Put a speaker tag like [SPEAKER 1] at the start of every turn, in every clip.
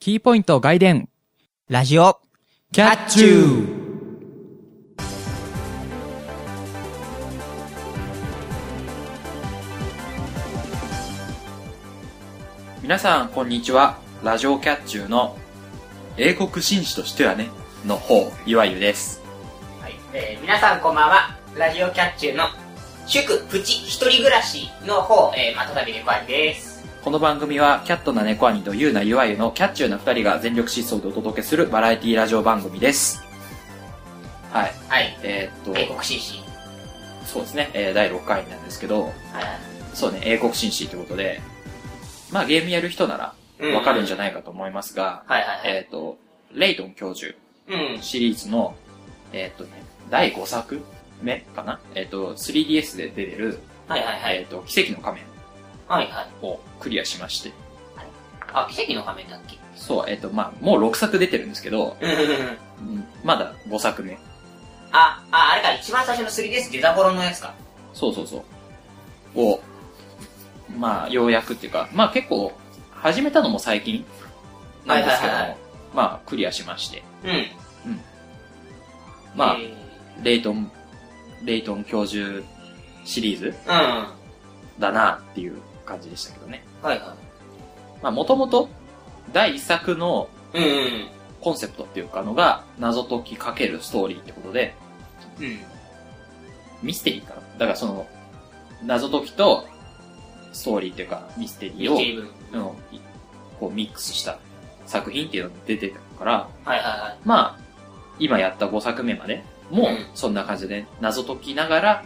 [SPEAKER 1] キーポイント外伝。
[SPEAKER 2] ラジオ、
[SPEAKER 1] キ
[SPEAKER 2] ャッチュ
[SPEAKER 1] ー
[SPEAKER 3] 皆さん、こんにちは。ラジオキャッチューの、英国紳士としてはね、の方、いわゆです。
[SPEAKER 4] はい、えー皆さんこんばんは。ラジオキャッチューの祝プチ一人暮らしの方、えー、またたびねこありです。
[SPEAKER 3] この番組は、キャットな猫兄とユーナユアユのキャッチューな二人が全力疾走でお届けするバラエティラジオ番組です。はい。
[SPEAKER 4] はい、
[SPEAKER 3] えーっと、
[SPEAKER 4] 英国紳士。
[SPEAKER 3] そうですね、えー第6回なんですけど、
[SPEAKER 4] はい
[SPEAKER 3] そうね、英国紳士ってことで、まあゲームやる人なら、わかるんじゃないかと思いますが、
[SPEAKER 4] はいはいはい。
[SPEAKER 3] えーっと、レイトン教授
[SPEAKER 4] うん。
[SPEAKER 3] シリーズの、えーっとね、第5作目かなえーっと、3DS で出てる、
[SPEAKER 4] はいはいはい。
[SPEAKER 3] えっ、と、奇跡の仮面
[SPEAKER 4] はいはい。
[SPEAKER 3] をクリアしまして。
[SPEAKER 4] あ、奇跡の仮面だっけ
[SPEAKER 3] そう、えっ、と、まあ、もう6作出てるんですけど、
[SPEAKER 4] うんうんうん。
[SPEAKER 3] うんまだ5作目。
[SPEAKER 4] あ、あ、あれか、一番最初の 3DS デザボロのやつか。
[SPEAKER 3] そうそうそう。を、まあ、ようやくっていうか、まあ結構、始めたのも最近なんですけども、
[SPEAKER 4] はいはいは
[SPEAKER 3] まあ、クリアしまして。
[SPEAKER 4] うん。
[SPEAKER 3] まあ
[SPEAKER 4] え、ー
[SPEAKER 3] レイトン、レイトン教授シリーズ
[SPEAKER 4] うん。は
[SPEAKER 3] だなっていう感じでしたけどね。
[SPEAKER 4] いは
[SPEAKER 3] まあ、もともと、第1作の
[SPEAKER 4] い。うんうん
[SPEAKER 3] コンセプトっていうかのが、謎解きかけるストーリーってことで、
[SPEAKER 4] うん。うん。
[SPEAKER 3] ミステリーかなだからその、謎解きと、ストーリーっていうか、ミステリーを、
[SPEAKER 4] ミステリー文
[SPEAKER 3] うん、こうミックスした作品っていうのが出てたから、
[SPEAKER 4] はいはいはい。
[SPEAKER 3] まあ、今やった5作目までも
[SPEAKER 4] うん、
[SPEAKER 3] そんな感じで、謎解きながら、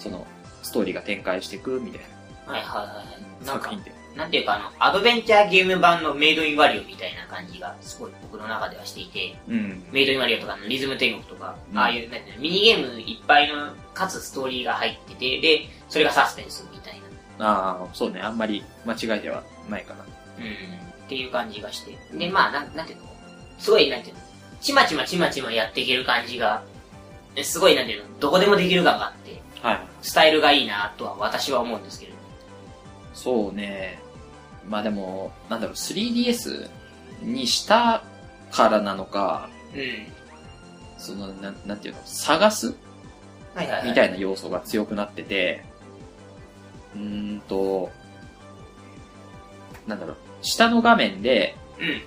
[SPEAKER 3] その、ストーリーが展開していくみたい
[SPEAKER 4] はいはいはい。
[SPEAKER 3] な
[SPEAKER 4] なん
[SPEAKER 3] 作
[SPEAKER 4] か
[SPEAKER 3] 品、で。
[SPEAKER 4] なんていうかあの、アドベンチャーゲーム版のメイドインワリオみたいな感じが、すごい僕の中ではしていて、
[SPEAKER 3] うん。
[SPEAKER 4] メイドインマリオとかのリズム天国とか、
[SPEAKER 3] うん
[SPEAKER 4] ああいう、なんていうのミニゲームいっぱいの、かつストーリーが入ってて、で、それがサスペンスみたいな。
[SPEAKER 3] ああ、そうね、あんまり間違いではないかな。
[SPEAKER 4] うん。っていう感じがして。で、まあ、なん、なんていうのすごい、なんていうのちまちまちまちまやっていける感じが、ですごい、なんていうのどこでもできる感があって、
[SPEAKER 3] はい。
[SPEAKER 4] スタイルがいいなとは私は思うんですけれど。
[SPEAKER 3] そうね。まあでも、なんだろう、3DS にしたからなのか、
[SPEAKER 4] うん。
[SPEAKER 3] その、なん、なんていうの、探す
[SPEAKER 4] はいはいはい。
[SPEAKER 3] みたいな要素が強くなってて、うーんと、なんだろう、下の画面で
[SPEAKER 4] うん。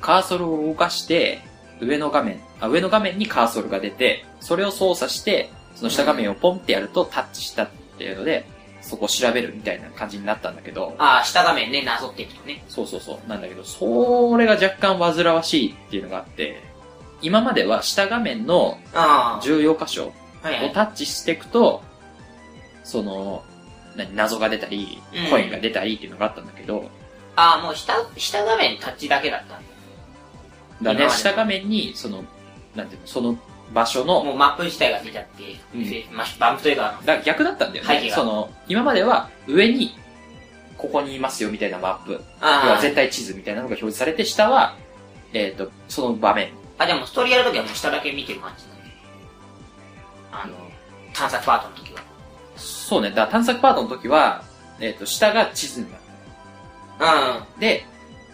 [SPEAKER 3] カーソルを動かして、上の画面、あ、上の画面にカーソルが出て、それを操作して、その下画面をポンってやるとタッチしたっていうので、そこを調べるみたいな感じになったんだけど、
[SPEAKER 4] ああ、下画面ね、なぞっていくとね。
[SPEAKER 3] そうそうそう。なんだけど、それが若干煩わしいっていうのがあって、今までは下画面の
[SPEAKER 4] あ
[SPEAKER 3] 14箇所を
[SPEAKER 4] あ。はいはい。
[SPEAKER 3] タッチしていくと、その、何謎が出たり
[SPEAKER 4] う、ん
[SPEAKER 3] コインが出たりっていうのがあったんだけど、
[SPEAKER 4] ああ、もう下、下画面タッチだけだったん
[SPEAKER 3] だ
[SPEAKER 4] 今まで
[SPEAKER 3] ね、
[SPEAKER 4] は
[SPEAKER 3] 下画面に、その、なんていうの、その場所
[SPEAKER 4] だ。
[SPEAKER 3] の、
[SPEAKER 4] もうマップ自体が出ちゃって、
[SPEAKER 3] うん
[SPEAKER 4] まあバンプというか、あの
[SPEAKER 3] だ逆だったんだよ
[SPEAKER 4] 背
[SPEAKER 3] ね。
[SPEAKER 4] 景が
[SPEAKER 3] その、今までは上に、ここにいますよみたいなマップ、要
[SPEAKER 4] あ
[SPEAKER 3] は
[SPEAKER 4] あ
[SPEAKER 3] 絶対地図みたいなのが表示されて、下は、えっ、と、その場面。
[SPEAKER 4] あ、でもストーリーやるときはもう下だけ見てる感じだね。あの、探索パートの時は。
[SPEAKER 3] そうね、だから探索パートの時は、えっ、と、下が地図になって
[SPEAKER 4] う
[SPEAKER 3] で、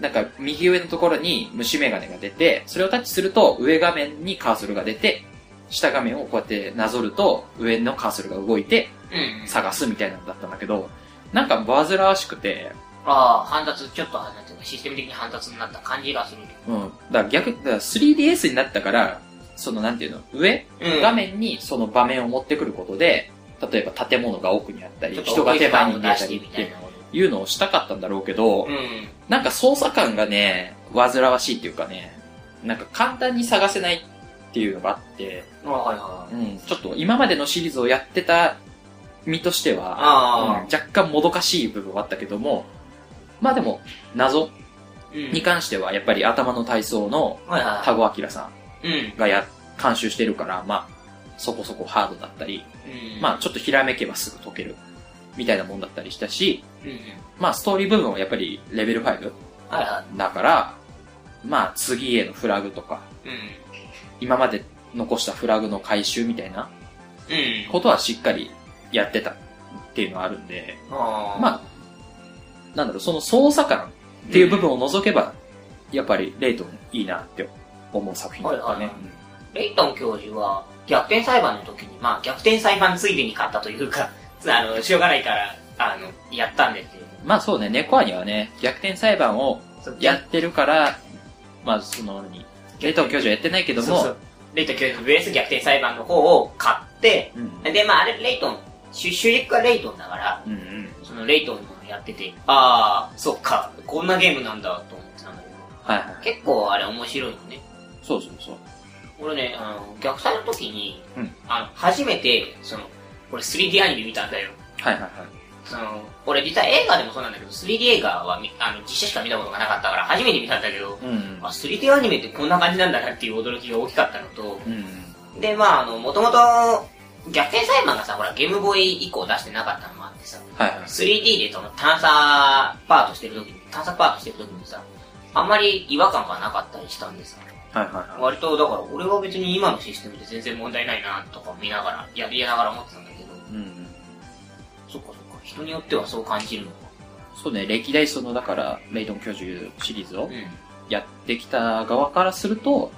[SPEAKER 3] なんか右上のところに虫眼鏡が出て、それをタッチすると上画面にカーソルが出て、下画面をこうやってなぞると上のカーソルが動いて
[SPEAKER 4] ん。うん。
[SPEAKER 3] 探すみたいなのだったんだけど、なんか煩わしくて、
[SPEAKER 4] ああ、反達、ちょっと、なんていうか、システム的に反達になった感じがする。
[SPEAKER 3] うん。だから逆、だから 3DS になったから、そのなんていうの、上
[SPEAKER 4] うん
[SPEAKER 3] 画面にその場面を持ってくることで、例えば建物が奥にあったり、
[SPEAKER 4] ちょっと
[SPEAKER 3] 人が手前に出
[SPEAKER 4] 出
[SPEAKER 3] た
[SPEAKER 4] して
[SPEAKER 3] り
[SPEAKER 4] み
[SPEAKER 3] った
[SPEAKER 4] い
[SPEAKER 3] て
[SPEAKER 4] なこと。
[SPEAKER 3] いうのをしたかったんだろうけど、
[SPEAKER 4] うん。
[SPEAKER 3] なんか操作感がね、煩わしいっていうかね、なんか簡単に探せないっていうのがあって、
[SPEAKER 4] あはいはい。
[SPEAKER 3] うん、ちょっと今までのシリーズをやってた身としては、うん
[SPEAKER 4] あ
[SPEAKER 3] 若干もどかしい部分はあったけども、まあでも、謎
[SPEAKER 4] あ。うん。
[SPEAKER 3] に関してはやっぱり頭の体操の
[SPEAKER 4] はいは
[SPEAKER 3] 田子明さ
[SPEAKER 4] い。うん
[SPEAKER 3] んがや、監修してるから、まあ、そこそこハードだったり、。
[SPEAKER 4] うん
[SPEAKER 3] まあちょっとひらめけばすぐ解ける、みたいなもんだったりしたし、
[SPEAKER 4] うんうん。
[SPEAKER 3] まあストーリー部分はやっぱりレベル5
[SPEAKER 4] はいは
[SPEAKER 3] だから、まあ次へのフラグとか、
[SPEAKER 4] い。うん。
[SPEAKER 3] 今まで残したフラグの回収みたいな
[SPEAKER 4] うん。
[SPEAKER 3] ことはしっかりやってたっていうのはあるんで、
[SPEAKER 4] ああ。
[SPEAKER 3] まあ、なんだろう、その操作感っていう部分を除けば、やっぱりレイトンいいなって思う作品だった
[SPEAKER 4] はいは
[SPEAKER 3] ね
[SPEAKER 4] いはい。レイトン教授は逆転裁判の時に、まあ逆転裁判ついでに買ったというか、 あの、しょうがないから、あの、やったんですけど、
[SPEAKER 3] うんまあそうね、ネコアにはね、逆転裁判を
[SPEAKER 4] そう
[SPEAKER 3] やってるから、まあその何、レイトン教授はやってないけども、
[SPEAKER 4] そうそうレイトン教授 VS 逆転裁判の方を買って、
[SPEAKER 3] うん。
[SPEAKER 4] で、まああれ、レイトン、主主軸がレイトンだから、
[SPEAKER 3] うんうん。
[SPEAKER 4] そのレイトンのやってて、ああ、そっか、こんなゲームなんだと思ってたんだけ
[SPEAKER 3] はいはい。
[SPEAKER 4] ど、結構あれ面白いのね。
[SPEAKER 3] そうそうそう。
[SPEAKER 4] 俺ね、あの、逆祭の時に、
[SPEAKER 3] うん
[SPEAKER 4] あの、初めて、その、俺 3D アニメ見たんだよ。
[SPEAKER 3] はいはいはい。
[SPEAKER 4] その、俺実は映画でもそうなんだけど、3D 映画はみあの、実写しか見たことがなかったから、初めて見たんだけど、
[SPEAKER 3] うんうん
[SPEAKER 4] あ、。3D アニメってこんな感じなんだなっていう驚きが大きかったのと、
[SPEAKER 3] うんうん。
[SPEAKER 4] で、まああの、もともと、逆転裁判がさ、ほら、ゲームボーイ以降出してなかったのもあってさ、
[SPEAKER 3] はいはい。
[SPEAKER 4] 3D でその探査パートしてる時に、探査パートしてる時にさ、あんまり違和感がなかったりしたんでさ、
[SPEAKER 3] はいはいは
[SPEAKER 4] 割とだから俺は別に今のシステムで全然問題ないなとか見ながらやりながら思ってたんだけど
[SPEAKER 3] い。うんうん。
[SPEAKER 4] そっかそっか人によってはそう感じるのか
[SPEAKER 3] そうね、歴代その、だから、レイトン教授シリーズを
[SPEAKER 4] うん
[SPEAKER 3] やってきた側からすると、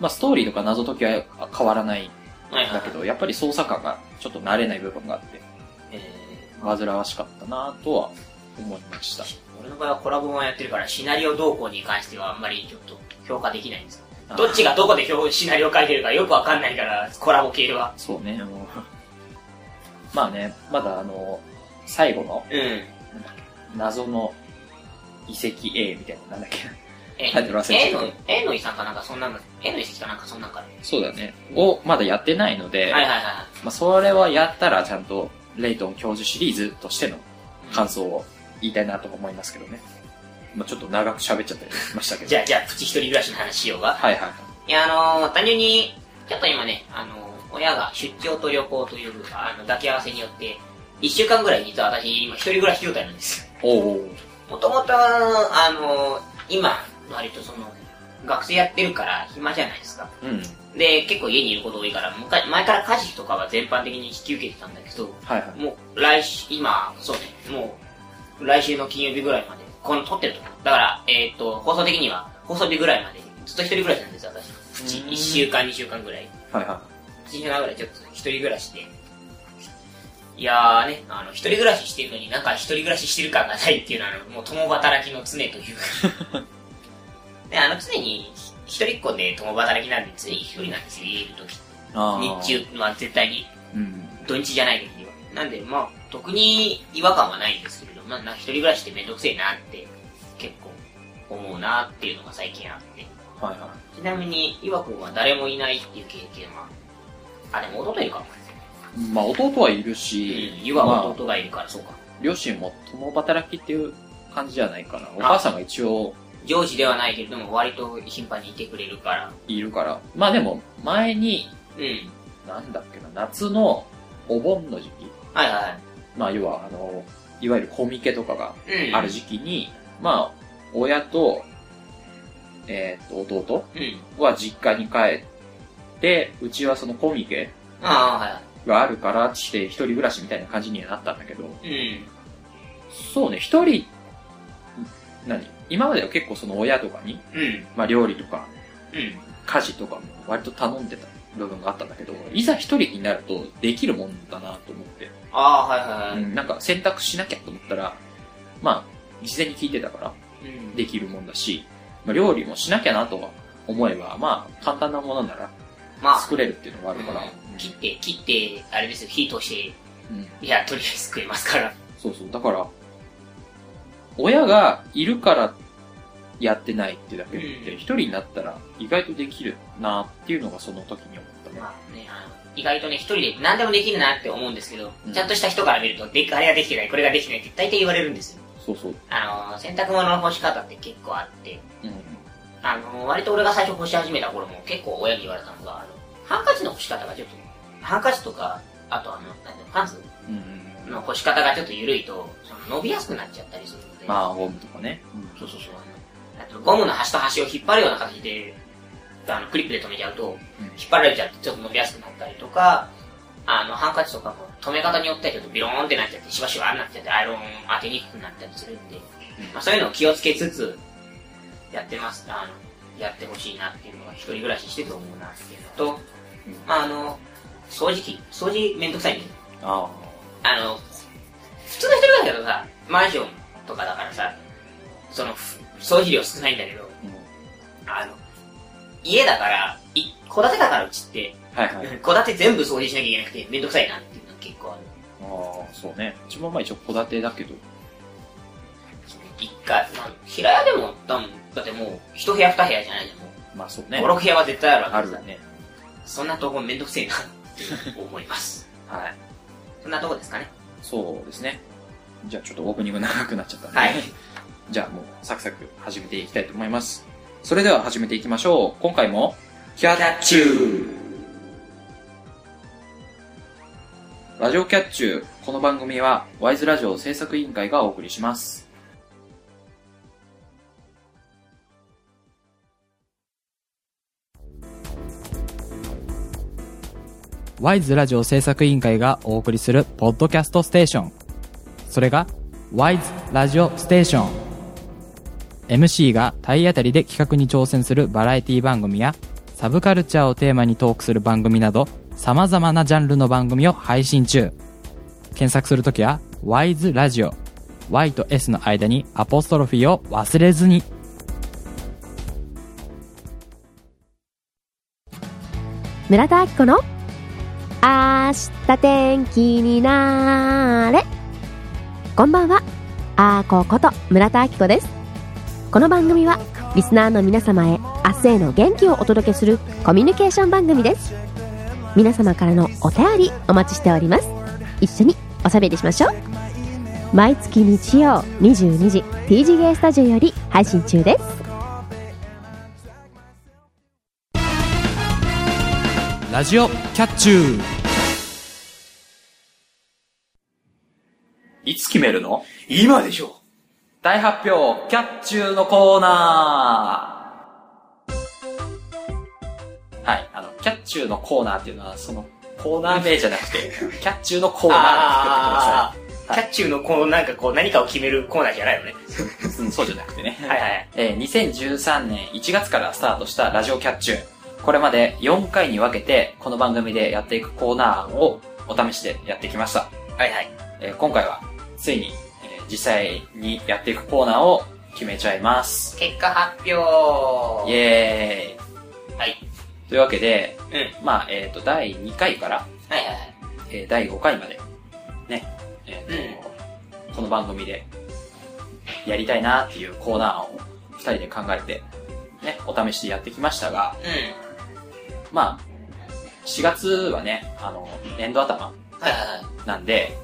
[SPEAKER 3] まあストーリーとか謎解きは変わらないん
[SPEAKER 4] はいはい
[SPEAKER 3] だけど、やっぱり操作感がちょっと慣れない部分があって、
[SPEAKER 4] え
[SPEAKER 3] 煩わしかったなとは思いました。
[SPEAKER 4] ー俺の場合はコラボもやってるからシナリオ動向に関してはあんまりちょっと評価できないんですよ
[SPEAKER 3] あー
[SPEAKER 4] どっちがどこで表シナリオ書いてるかよくわかんないからコラボ系は
[SPEAKER 3] そうね、あの、まあね、まだあの、最後の
[SPEAKER 4] うん
[SPEAKER 3] 謎の遺跡 A みたいな、なんだっけ。
[SPEAKER 4] え
[SPEAKER 3] タイトル忘れちゃっ
[SPEAKER 4] A
[SPEAKER 3] た
[SPEAKER 4] の A の遺産かなんかそんなんだ A の遺跡かなんかそんなんかね
[SPEAKER 3] そうだね。を、まだやってないので、
[SPEAKER 4] はいはいは
[SPEAKER 3] まあそれはやったらちゃんと、レイトン教授シリーズとしての
[SPEAKER 4] い
[SPEAKER 3] 感想を言いたいなと思いますけどね。まあちょっと長く喋っちゃったりしましたけど。
[SPEAKER 4] じゃあじゃあプチ一人暮らしの話しようが
[SPEAKER 3] はいはい。
[SPEAKER 4] いや、あのー単純に、ちょっと今ね、あのー親が出張と旅行という、あの、抱き合わせによって、一週間ぐらい実は私、今一人暮らし状態なんです。
[SPEAKER 3] おうおう
[SPEAKER 4] もともと、あのー今、割とその、学生やってるから暇じゃないですか。
[SPEAKER 3] うん。
[SPEAKER 4] で、結構家にいること多いから、昔前から家事とかは全般的に引き受けてたんだけど、
[SPEAKER 3] はいはい。
[SPEAKER 4] もう、来週、今、そうね、もう、来週の金曜日ぐらいまで、この撮ってるとこだから、えーっと、放送的には、放送日ぐらいまで、ずっと一人暮らしなんですよ、私。
[SPEAKER 3] うーん
[SPEAKER 4] 1週間、2週間ぐらい。
[SPEAKER 3] はいは
[SPEAKER 4] 1週間ぐらいちょっと一人暮らしで。いやーね、あの、一人暮らししてるのになんか一人暮らししてる感がないっていうのは、あのもう共働きの常というか。 で、あの、常に、一人っ子で共働きなんで、常に一人なんですよ、家いるとき。
[SPEAKER 3] い。あー
[SPEAKER 4] 日。中は絶対に
[SPEAKER 3] うん。
[SPEAKER 4] 土日じゃない時には。なんで、まあ、特に違和感はないんですけれど、まあ、な一人暮らしってめんどくせえなって、結構思うなっていうのが最近あって。
[SPEAKER 3] はいは
[SPEAKER 4] ちなみに、岩子は誰もいないっていう経験は、あ、でも弟いるか。
[SPEAKER 3] い。まあ弟はいる
[SPEAKER 4] うん、
[SPEAKER 3] し、
[SPEAKER 4] 岩
[SPEAKER 3] ま
[SPEAKER 4] は
[SPEAKER 3] あ
[SPEAKER 4] 弟がいるから、そうか。
[SPEAKER 3] 両親も共働きっていう感じじゃないかな。お母さんが一応
[SPEAKER 4] 上司ではないけれども、割と頻繁にいてくれるから。
[SPEAKER 3] いるから。まあでも、前に、
[SPEAKER 4] うん。
[SPEAKER 3] なんだっけな、夏のお盆の時期。
[SPEAKER 4] はいは
[SPEAKER 3] まあ要は、あの、いわゆるコミケとかが
[SPEAKER 4] い。うん。
[SPEAKER 3] ある時期に、まあ、親と、えーっと、弟
[SPEAKER 4] うん。
[SPEAKER 3] は実家に帰って、うちはそのコミケ
[SPEAKER 4] あ
[SPEAKER 3] があるからして一人暮らしみたいな感じにはなったんだけど、
[SPEAKER 4] あ、はいはい。
[SPEAKER 3] そうね、一人、何今までは結構その親とかに、
[SPEAKER 4] うん。うん。
[SPEAKER 3] まあ料理とか
[SPEAKER 4] うん。
[SPEAKER 3] 家事とかも割と頼んでた部分があったんだけど、いざ一人になるとできるもんだなと思って、
[SPEAKER 4] ああ、はいは
[SPEAKER 3] うんなんか選択しなきゃと思ったら、まあ、事前に聞いてたから
[SPEAKER 4] い。うん。
[SPEAKER 3] できるもんだし、まあ、料理もしなきゃなとは思えば、まあ、簡単なものなら
[SPEAKER 4] まあ、
[SPEAKER 3] 作れるっていうのがあるから、
[SPEAKER 4] うん切って、切って、あれですよ、火通して、
[SPEAKER 3] うん
[SPEAKER 4] いや、とりあえず食えますから。
[SPEAKER 3] そうそう、だから、親がいるからやってないってだけで
[SPEAKER 4] うん
[SPEAKER 3] 一人になったら意外とできるなっていうのがその時に思ったね。
[SPEAKER 4] まあね、あの意外とね、一人で何でもできるなって思うんですけど、
[SPEAKER 3] うん
[SPEAKER 4] ちゃんとした人から見ると、であれができてない、これができてないって大体言われるんですよ。
[SPEAKER 3] そうそう。
[SPEAKER 4] あの、洗濯物の干し方って結構あって、
[SPEAKER 3] うん。
[SPEAKER 4] あの、割と俺が最初干し始めた頃も結構親に言われたのが、あの、ハンカチの干し方がちょっと、ハンカチとか、あとあの、なんだパンツ
[SPEAKER 3] うん。
[SPEAKER 4] の干し方がちょっと緩いと、その伸びやすくなっちゃったりするので、
[SPEAKER 3] まあ、ゴムとかね。
[SPEAKER 4] そうそうそう。あのあと、ゴムの端と端を引っ張るような形で、あの、クリップで止めちゃうと、
[SPEAKER 3] うん
[SPEAKER 4] 引っ張られちゃってちょっと伸びやすくなったりとか、あの、ハンカチとかも止め方によってはちょっとビローンってなっちゃって、しばしばになっちゃって、アイロン当てにくくなったりするんで、まあそういうのを気をつけつつ、やってます、あの、やってほしいなっていうのが、一人暮らししてて思うなっていうのと、まあ、あの、掃除機、掃除めんどくさいね。
[SPEAKER 3] あ
[SPEAKER 4] あの、普通の一人暮らしだとさ、マンションとかだからさ、その、ふ掃除量少ないんだけど、
[SPEAKER 3] あ、うん
[SPEAKER 4] あの、家だから、い戸建てだからうちって、
[SPEAKER 3] はいはい。
[SPEAKER 4] 戸建て全部掃除しなきゃいけなくて、めんどくさいなっていうのが結構ある。
[SPEAKER 3] ああ、そうね。自分はまあ一応戸建てだけど。
[SPEAKER 4] 一回、まあ、平屋でも、だもんだってもう、一部屋二部屋じゃないじゃん、も
[SPEAKER 3] まあそう
[SPEAKER 4] う。
[SPEAKER 3] ね
[SPEAKER 4] 5、。6部屋は絶対ある
[SPEAKER 3] あ
[SPEAKER 4] わけ
[SPEAKER 3] る
[SPEAKER 4] でさ、
[SPEAKER 3] ね。
[SPEAKER 4] そんなとこめんどくせえなって思います。
[SPEAKER 3] はい。
[SPEAKER 4] そんなとこですかね。
[SPEAKER 3] そうですね。じゃあちょっとオープニング長くなっちゃったんで。
[SPEAKER 4] はい。
[SPEAKER 3] じゃあもうサクサク始めていきたいと思います。それでは始めていきましょう。今回も、キャッチューラジオキャッチュー。この番組は、ワイズラジオ制作委員会がお送りします。
[SPEAKER 2] ワイズラジオ制作委員会がお送りするポッドキャストステーション。それが、ワイズラジオステーション。MC が体当たりで企画に挑戦するバラエティ番組や、サブカルチャーをテーマにトークする番組など、様々なジャンルの番組を配信中。検索するときは、ワイズラジオ。Y と S の間にアポストロフィーを忘れずに。
[SPEAKER 1] 村田明子の明日天気になーれこんばんはあーここと村田明子ですこの番組はリスナーの皆様へ明日への元気をお届けするコミュニケーション番組です皆様からのお便りお待ちしております一緒におしゃべりしましょう毎月日曜22時 TGA スタジオより配信中です
[SPEAKER 2] ラジオキャッチュー
[SPEAKER 3] いつ決めるの
[SPEAKER 4] 今でしょ
[SPEAKER 3] 大発表、キャッチューのコーナーはい、あの、キャッチューのコーナーっていうのは、その、コーナー名じゃなくて、キャッチューのコーナー
[SPEAKER 4] あ
[SPEAKER 3] って
[SPEAKER 4] あ、キャッチューのこう、なんかこう、何かを決めるコーナーじゃないよね。
[SPEAKER 3] 言ってください。うんそうじゃなくてね。
[SPEAKER 4] はいはい。
[SPEAKER 3] えー2013年1月からスタートしたラジオキャッチュー。これまで4回に分けて、この番組でやっていくコーナー案をお試しでやってきました。
[SPEAKER 4] はいはい。
[SPEAKER 3] えー今回は、ついに、えー実際にやっていくコーナーを決めちゃいます。
[SPEAKER 4] 結果発表
[SPEAKER 3] イエー
[SPEAKER 4] はい。
[SPEAKER 3] イというわけで、
[SPEAKER 4] うん。はい
[SPEAKER 3] まあ、えっ、と、第2回から、
[SPEAKER 4] はいはい。
[SPEAKER 3] えー第5回まで、ね、えっ、と、この番組で、やりたいなっていうコーナーを2人で考えて、ね、お試しでやってきましたが、
[SPEAKER 4] う
[SPEAKER 3] まあ、4月はね、あの、年度頭
[SPEAKER 4] ん。はいは
[SPEAKER 3] なんで、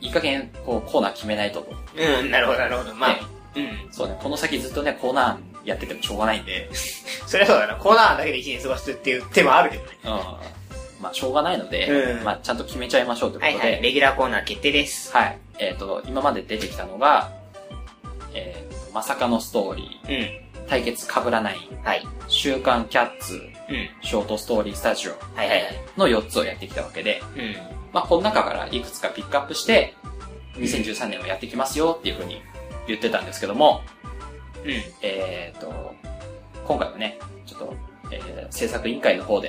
[SPEAKER 3] いい加減、こう、コーナー決めないとと。
[SPEAKER 4] いはい。うん、なるほどなるほど。ま
[SPEAKER 3] ね
[SPEAKER 4] あ、うん。
[SPEAKER 3] そうね、この先ずっとね、コーナーやっててもしょうがないんで、
[SPEAKER 4] それはそうだな。コーナーだけで一年過ごすっていう手もあるけどね。
[SPEAKER 3] うん。まあ、しょうがないので、
[SPEAKER 4] うん
[SPEAKER 3] まあ、ちゃんと決めちゃいましょうと
[SPEAKER 4] は
[SPEAKER 3] いう
[SPEAKER 4] い
[SPEAKER 3] こと
[SPEAKER 4] はい。
[SPEAKER 3] で、
[SPEAKER 4] レギュラーコーナー決定です。
[SPEAKER 3] はい、えっ、と、今まで出てきたのが、えーとまさかのストーリ
[SPEAKER 4] うん。
[SPEAKER 3] ー、対決かぶらない、
[SPEAKER 4] はい。
[SPEAKER 3] 週刊キャッツ、
[SPEAKER 4] うん。
[SPEAKER 3] ショートストーリースタジオ
[SPEAKER 4] はいはいはい。
[SPEAKER 3] の4つをやってきたわけで、
[SPEAKER 4] うん。
[SPEAKER 3] まあ、この中からいくつかピックアップして、2013年はやってきますよっていうふうに言ってたんですけども、
[SPEAKER 4] うん。
[SPEAKER 3] えっ、と、今回はね、ちょっと、えー制作委員会の方で、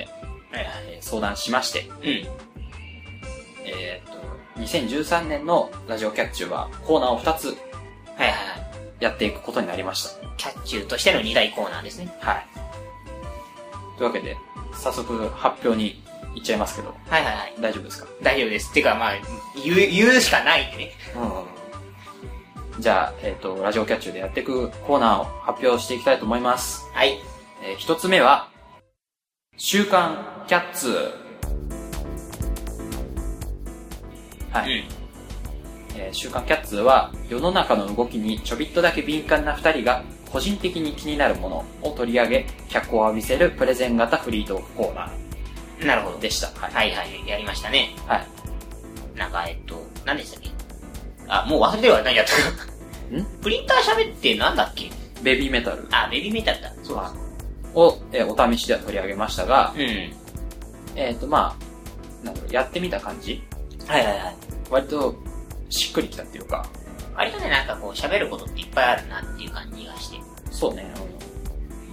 [SPEAKER 4] はいは
[SPEAKER 3] えー相談しまして、
[SPEAKER 4] い。
[SPEAKER 3] えっ、と、2013年のラジオキャッチューはコーナーを2つ
[SPEAKER 4] うん。はいはいは
[SPEAKER 3] やっていくことになりまし
[SPEAKER 4] い。キャッチューとしての二大コーナーですね。
[SPEAKER 3] た。はい。というわけで、早速発表に行っちゃいますけど、
[SPEAKER 4] はいはいはい。
[SPEAKER 3] 大丈夫ですか
[SPEAKER 4] 大丈夫です。てかまあ、言う、言うしかないんでね。
[SPEAKER 3] じゃあ、えっ、と、ラジオキャッチューでやっていくコーナーを発表していきたいと思います。
[SPEAKER 4] はい。
[SPEAKER 3] えー一つ目は、週刊キャッツは
[SPEAKER 4] う
[SPEAKER 3] い、
[SPEAKER 4] ん。
[SPEAKER 3] えー週刊キャッツは世の中の動きにちょびっとだけ敏感な2人が個人的に気になるものを取り上げ脚光を浴びせるプレゼン型フリートークコーナ
[SPEAKER 4] なるほど
[SPEAKER 3] ー。でした。はい。
[SPEAKER 4] はいはい、やりましたね。
[SPEAKER 3] はい。
[SPEAKER 4] なんか、えっと、何でしたっけあ、もう忘れてるわ、何やったか。
[SPEAKER 3] ん
[SPEAKER 4] プリンター喋ってなんだっけ
[SPEAKER 3] ベビーメタル
[SPEAKER 4] あ、ベビーメタルだ。そうだ。
[SPEAKER 3] を、えーお試しでは取り上げましたが、
[SPEAKER 4] うん。
[SPEAKER 3] えっ、と、まあ、なんだろう、やってみた感じ
[SPEAKER 4] はいはいはい。
[SPEAKER 3] 割としっくりきたっていうか、
[SPEAKER 4] 割とね、なんかこう、喋ることっていっぱいあるなっていう感じがして。
[SPEAKER 3] そうね。うん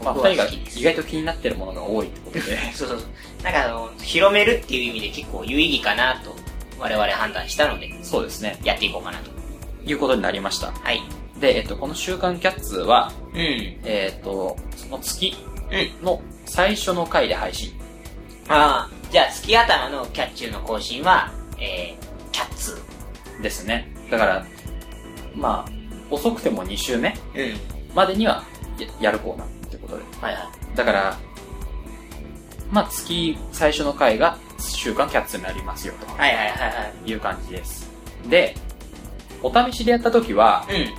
[SPEAKER 3] まあ、
[SPEAKER 4] 僕は
[SPEAKER 3] 二人が
[SPEAKER 4] 好きです
[SPEAKER 3] 意外と気になってるものが多いってことで。
[SPEAKER 4] そうそうそう。なんかあの、広めるっていう意味で結構有意義かなと、我々判断したので、
[SPEAKER 3] そうですね。
[SPEAKER 4] やっていこうかなと。
[SPEAKER 3] いうことになりました。
[SPEAKER 4] はい。
[SPEAKER 3] で、えっと、この週刊キャッツは、
[SPEAKER 4] うん。
[SPEAKER 3] えっと、その月
[SPEAKER 4] う
[SPEAKER 3] の最初の回で配信。
[SPEAKER 4] ああ、じゃあ、月頭のキャッチューの更新は、えー、キャッツ。
[SPEAKER 3] ですね。だから、まあ、遅くても2週目
[SPEAKER 4] うん。
[SPEAKER 3] までにはややるコーナーってことで。
[SPEAKER 4] はいはい。
[SPEAKER 3] だから、まあ、月最初の回が週刊キャッツになりますよ
[SPEAKER 4] はいはいは
[SPEAKER 3] という感じです。で、お試しでやった時は、
[SPEAKER 4] いはい。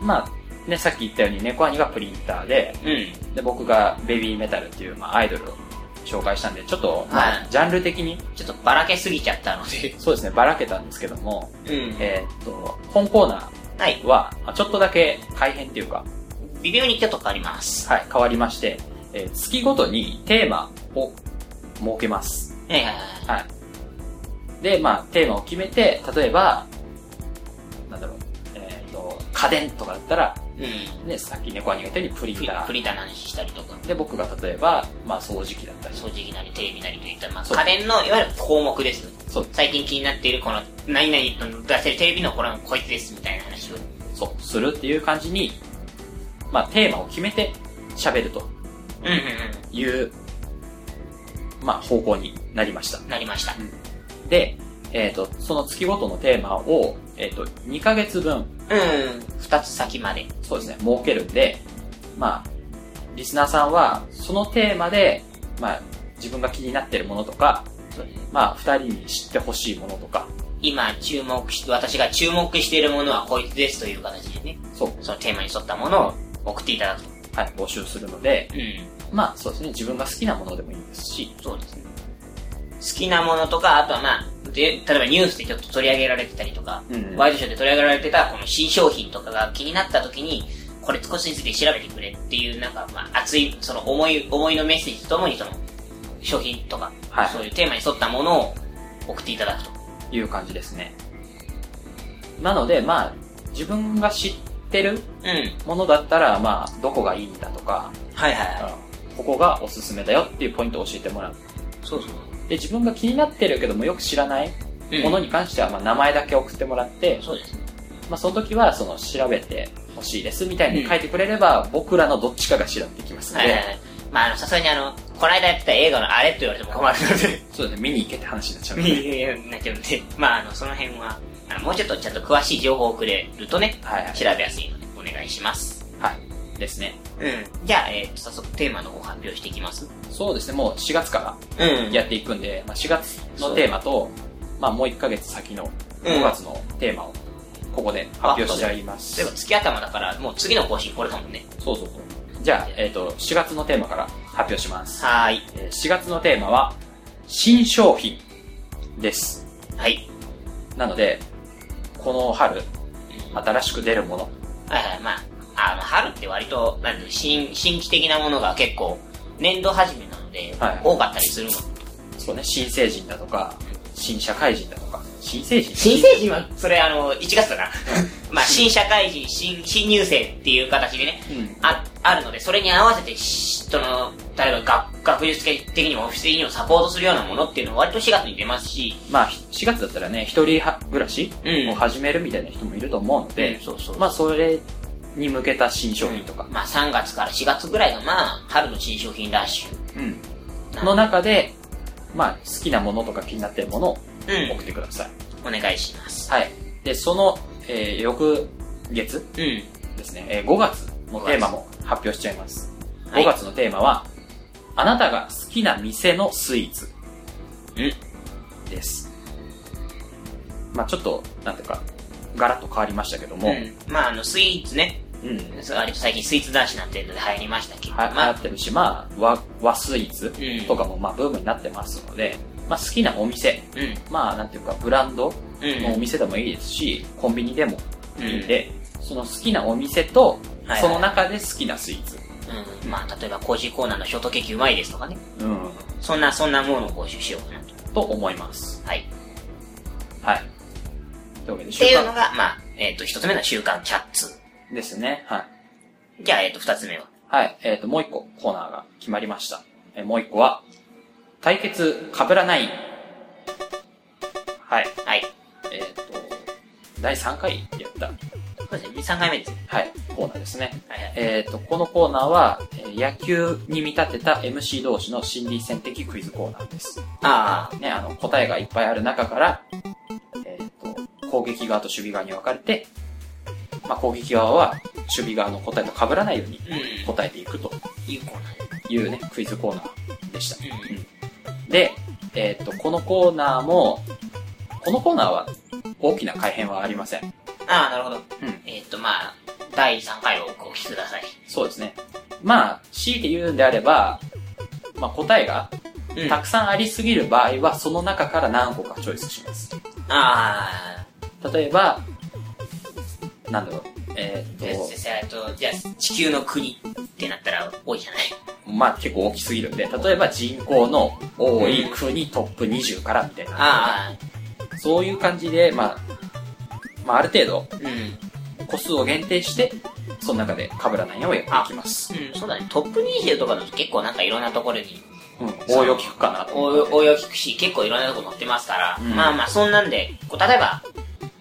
[SPEAKER 3] まあ、ね、さっき言ったように猫兄がプリンターで、
[SPEAKER 4] うん。うん。
[SPEAKER 3] で、僕がベビーメタルっていう、まあ、アイドルを紹介したんで、ちょっと、まあ
[SPEAKER 4] はい
[SPEAKER 3] ジャンル的に、
[SPEAKER 4] ちょっとばらけすぎちゃったので。
[SPEAKER 3] そうですね、ばらけたんですけども、
[SPEAKER 4] うん
[SPEAKER 3] えーっと、本コーナ
[SPEAKER 4] はい
[SPEAKER 3] ー。は、まあちょっとだけ改変っていうか、
[SPEAKER 4] 微妙にちょっと変わります。
[SPEAKER 3] はい、変わりまして、えー月ごとにテーマを設けます。
[SPEAKER 4] はいはいはい。
[SPEAKER 3] で、まあ、テーマを決めて、例えば、なんだろう、えーっと、家電とかだったら、
[SPEAKER 4] うん。
[SPEAKER 3] ね、さっき猫兄が言ったようにプリン
[SPEAKER 4] プリ
[SPEAKER 3] タ
[SPEAKER 4] プリンターの話したりとか、
[SPEAKER 3] ー。で、僕が例えば、まあ、掃除機だったり、
[SPEAKER 4] 掃除機なりテレビなりといった、まあ、
[SPEAKER 3] そう
[SPEAKER 4] 家電のいわゆる項目です。
[SPEAKER 3] そう
[SPEAKER 4] 最近気になっているこの、何々と出せるテレビのこれはこいつですみたいな話を。
[SPEAKER 3] そう、するっていう感じに、まあ、テーマを決めて喋ると
[SPEAKER 4] うんうんう
[SPEAKER 3] いう、まあ、方向になりました。
[SPEAKER 4] ん。なりました。
[SPEAKER 3] で、えっ、と、その月ごとのテーマを、えっ、と、2ヶ月分、
[SPEAKER 4] うん。二つ先まで。
[SPEAKER 3] そうですね、設けるんで、まあ、リスナーさんは、そのテーマで、まあ、自分が気になってるものとか、
[SPEAKER 4] そうですね
[SPEAKER 3] まあ、二人に知ってほしいものとか、
[SPEAKER 4] 今注目し、私が注目しているものはこいつですという形でね、
[SPEAKER 3] そう、
[SPEAKER 4] そのテーマに沿ったものを送っていただくと。
[SPEAKER 3] はい、募集するので、
[SPEAKER 4] うん。
[SPEAKER 3] まあ、そうですね、自分が好きなものでもいいですし、
[SPEAKER 4] そうですね。好きなものとか、あとはまあ、で、例えばニュースでちょっと取り上げられてたりとか、
[SPEAKER 3] うん
[SPEAKER 4] ワイドショーで取り上げられてたこの新商品とかが気になった時に、これ少しについて調べてくれっていう、なんか、まあ、熱い、その思い、 思いのメッセージとともに、その、商品とか、
[SPEAKER 3] はい
[SPEAKER 4] そういうテーマに沿ったものを送っていただくと。
[SPEAKER 3] いう感じですね。なので、まあ、自分が知ってる
[SPEAKER 4] うん。はい
[SPEAKER 3] ものだったら、まあ、どこがいいんだとか、
[SPEAKER 4] はいは
[SPEAKER 3] ここがおすすめだよっていうポイントを教えてもらう。
[SPEAKER 4] い。そうそう。
[SPEAKER 3] で、自分が気になってるけどもよく知らないものに関しては、まあ、名前だけ送ってもらって、
[SPEAKER 4] そうですね。
[SPEAKER 3] まあ、その時は、その、調べてほしいですみたいに書いてくれれば、僕らのどっちかが調べてきますの
[SPEAKER 4] はい
[SPEAKER 3] で、
[SPEAKER 4] はいはい。まあ、あの、さすがにあの、この間やってた映画のあれって言われても困るので、
[SPEAKER 3] そうですね、見に行けって話になっちゃうの
[SPEAKER 4] い
[SPEAKER 3] で、
[SPEAKER 4] やいやいやなっちゃうんで、まあ、あの、その辺は、あの、もうちょっとちゃんと詳しい情報をくれるとね、
[SPEAKER 3] はいはい
[SPEAKER 4] 調べやすいので、お願いします。
[SPEAKER 3] はい。ですね。
[SPEAKER 4] うん。じゃあ、えー、早速テーマの方を発表していきます。
[SPEAKER 3] そうですね、もう4月から
[SPEAKER 4] うん
[SPEAKER 3] やっていくんで、まあ、4月のテーマと、まあ、もう1ヶ月先の
[SPEAKER 4] うん
[SPEAKER 3] 5月のテーマをここで発表しちゃいます。
[SPEAKER 4] 例えば月頭だから、もう次の更新これだもんね。
[SPEAKER 3] そうそうそう。じゃあ、えっ、と、4月のテーマから発表します。
[SPEAKER 4] はーい。
[SPEAKER 3] えー4月のテーマは、新商品です。
[SPEAKER 4] はい。
[SPEAKER 3] なので、この春、新しく出るもの。
[SPEAKER 4] はいはい。まあ、あの、春って割と、なんていうの新、新規的なものが結構、年度始めなので、
[SPEAKER 3] はい
[SPEAKER 4] 多かったりするもん。
[SPEAKER 3] そうね、新成人だとか、新社会人だとか、新成人
[SPEAKER 4] 新成人はそれあの、1月 だな。まあ、新社会人、新、新入生っていう形でね、
[SPEAKER 3] うん。
[SPEAKER 4] あ、あるので、それに合わせて、しその、例えば学、学術的にもオフィス的にもサポートするようなものっていうのは割と4月に出ますし、
[SPEAKER 3] まあ、4月だったらね、一人は暮らし
[SPEAKER 4] うん
[SPEAKER 3] を始めるみたいな人もいると思うので、
[SPEAKER 4] そうそう。
[SPEAKER 3] まあ、それに向けた新商品とか、
[SPEAKER 4] まあ、3月から4月ぐらいがまあ、春の新商品ラッシュ。
[SPEAKER 3] うんの中で、まあ、好きなものとか気になってるものを
[SPEAKER 4] うん
[SPEAKER 3] 送ってください。
[SPEAKER 4] お願いします。
[SPEAKER 3] はい。で、その、えー翌月
[SPEAKER 4] うん。
[SPEAKER 3] ですね、えー5月のテーマも発表しちゃいます。
[SPEAKER 4] は
[SPEAKER 3] 5
[SPEAKER 4] い
[SPEAKER 3] 月のテーマは、あなたが好きな店のスイーツです。まあちょっと、なんていうか、ガラッと変わりましたけども、
[SPEAKER 4] うん。まあ、あの、スイーツね。
[SPEAKER 3] うん。
[SPEAKER 4] そう割と最近スイーツ男子なんていうので流行りましたけど、
[SPEAKER 3] は流
[SPEAKER 4] ま
[SPEAKER 3] 行
[SPEAKER 4] あ
[SPEAKER 3] っ、てるし、まあ和和スイーツ
[SPEAKER 4] うん
[SPEAKER 3] とかもまあブームになってますので、まあ好きなお店、
[SPEAKER 4] うん。
[SPEAKER 3] まあなんていうか、ブランド
[SPEAKER 4] うん。
[SPEAKER 3] のお店でもいいですし、コンビニでも
[SPEAKER 4] う
[SPEAKER 3] いいん
[SPEAKER 4] ん。
[SPEAKER 3] で、その好きなお店と
[SPEAKER 4] はいは、い
[SPEAKER 3] その中で好きなスイーツ。
[SPEAKER 4] うん。まあ、例えば、コージーコーナーのショートケーキうまいですとかね。
[SPEAKER 3] うん。
[SPEAKER 4] そんな、そんなものを募集しようかなと。
[SPEAKER 3] と思います。
[SPEAKER 4] はい。
[SPEAKER 3] はい。というわけで、
[SPEAKER 4] っ
[SPEAKER 3] 週
[SPEAKER 4] ていうの
[SPEAKER 3] 間
[SPEAKER 4] が、まあ、えっ、と、一つ目の週刊キャッツ。
[SPEAKER 3] ですね。はい。
[SPEAKER 4] じゃあ、えっ、と、二つ目は。
[SPEAKER 3] はい。えっ、と、もう一個コーナーが決まりました。えーもう一個は、対決被らない。はい。
[SPEAKER 4] はい。
[SPEAKER 3] えっ、と、第3回やった、
[SPEAKER 4] そうですね、3回目ですね。
[SPEAKER 3] はい、コーナーですね。
[SPEAKER 4] はいはい。
[SPEAKER 3] えっ、と、このコーナーは、えー野球に見立てた MC 同士の心理戦的クイズコーナーです。
[SPEAKER 4] あ
[SPEAKER 3] ね、あの、答えがいっぱいある中から、えっ、と、攻撃側と守備側に分かれて、まあ、攻撃側は守備側の答えと被らないように
[SPEAKER 4] あ、うん。
[SPEAKER 3] 答えていくと
[SPEAKER 4] いいコーナーで
[SPEAKER 3] いうね、クイズコーナーでした。
[SPEAKER 4] す。うん。
[SPEAKER 3] で、えっ、と、このコーナーも、このコーナーは大きな改変はありません。
[SPEAKER 4] ああ、なるほど。
[SPEAKER 3] うん
[SPEAKER 4] えっ、と、まあ、第3回をお聞きください。
[SPEAKER 3] そうですね。まあ、強いて言うんであれば、まあ、答えが
[SPEAKER 4] う
[SPEAKER 3] た
[SPEAKER 4] あ
[SPEAKER 3] くさんありすぎる場合は、その中から何個かチョイスします。
[SPEAKER 4] あ
[SPEAKER 3] 例えば、なんだろう、え
[SPEAKER 4] ー、え
[SPEAKER 3] ーっ
[SPEAKER 4] ーえっと、じゃあ、地球の国ってなったら多いじゃない。
[SPEAKER 3] と、まあ結構大きすぎるんで、例えば人口の多い国トップ20からみたいな、
[SPEAKER 4] あ
[SPEAKER 3] そういう感じで、まあ、まあある程度
[SPEAKER 4] あ、うん。うん、
[SPEAKER 3] 個数を限定して、その中で被らないようやっていきます。
[SPEAKER 4] そうだね。トップ20とかだと結構なんかいろんなところに
[SPEAKER 3] うん、応用聞くかなと
[SPEAKER 4] 応
[SPEAKER 3] 思っ
[SPEAKER 4] 用
[SPEAKER 3] て。
[SPEAKER 4] 応用聞くし、結構いろんなとこ載ってますから、
[SPEAKER 3] うん
[SPEAKER 4] まあまあ、そんなんで、こう例えば、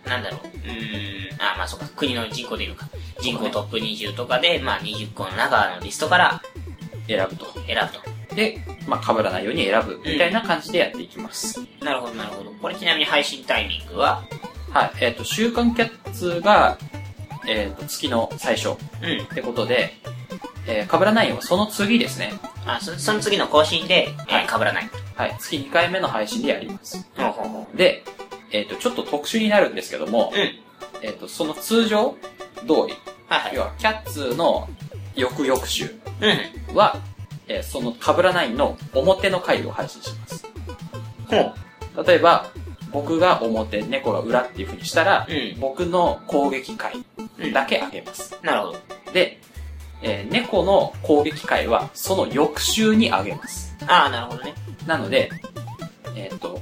[SPEAKER 4] なんだろう、うーん、あまあそうか、国の人口でいうのか。人口トップ20とかで、まあ20個の中のリストから
[SPEAKER 3] 選ぶと。
[SPEAKER 4] 選ぶと。
[SPEAKER 3] で、まあ被らないように選ぶみたいな感じでやっていきます。
[SPEAKER 4] なるほど、なるほど。これちなみに配信タイミングは、
[SPEAKER 3] はい、えっ、と、週刊キャッツが、えっ、と、月の最初。
[SPEAKER 4] うん、
[SPEAKER 3] ってことで、えー、被らないよ。その次ですね。
[SPEAKER 4] あそその次の更新で、えー、被らない。
[SPEAKER 3] はい。月2回目の配信でやります。
[SPEAKER 4] ほうほうほ
[SPEAKER 3] で、えっ、と、ちょっと特殊になるんですけども
[SPEAKER 4] う。、うん。
[SPEAKER 3] えっ、と、その通常通り、
[SPEAKER 4] はい
[SPEAKER 3] 要
[SPEAKER 4] は
[SPEAKER 3] は、キャッツの翌々週
[SPEAKER 4] い。うん。
[SPEAKER 3] は、えーその被らないの表の回を配信します。
[SPEAKER 4] ほう。
[SPEAKER 3] 例えば、僕が表、猫が裏っていう風にしたら、
[SPEAKER 4] うん
[SPEAKER 3] 僕の攻撃回だけ上げます。
[SPEAKER 4] なるほど。
[SPEAKER 3] で、えー猫の攻撃回は、その翌週に上げます。
[SPEAKER 4] ああ、なるほどね。
[SPEAKER 3] なので、えっ、と、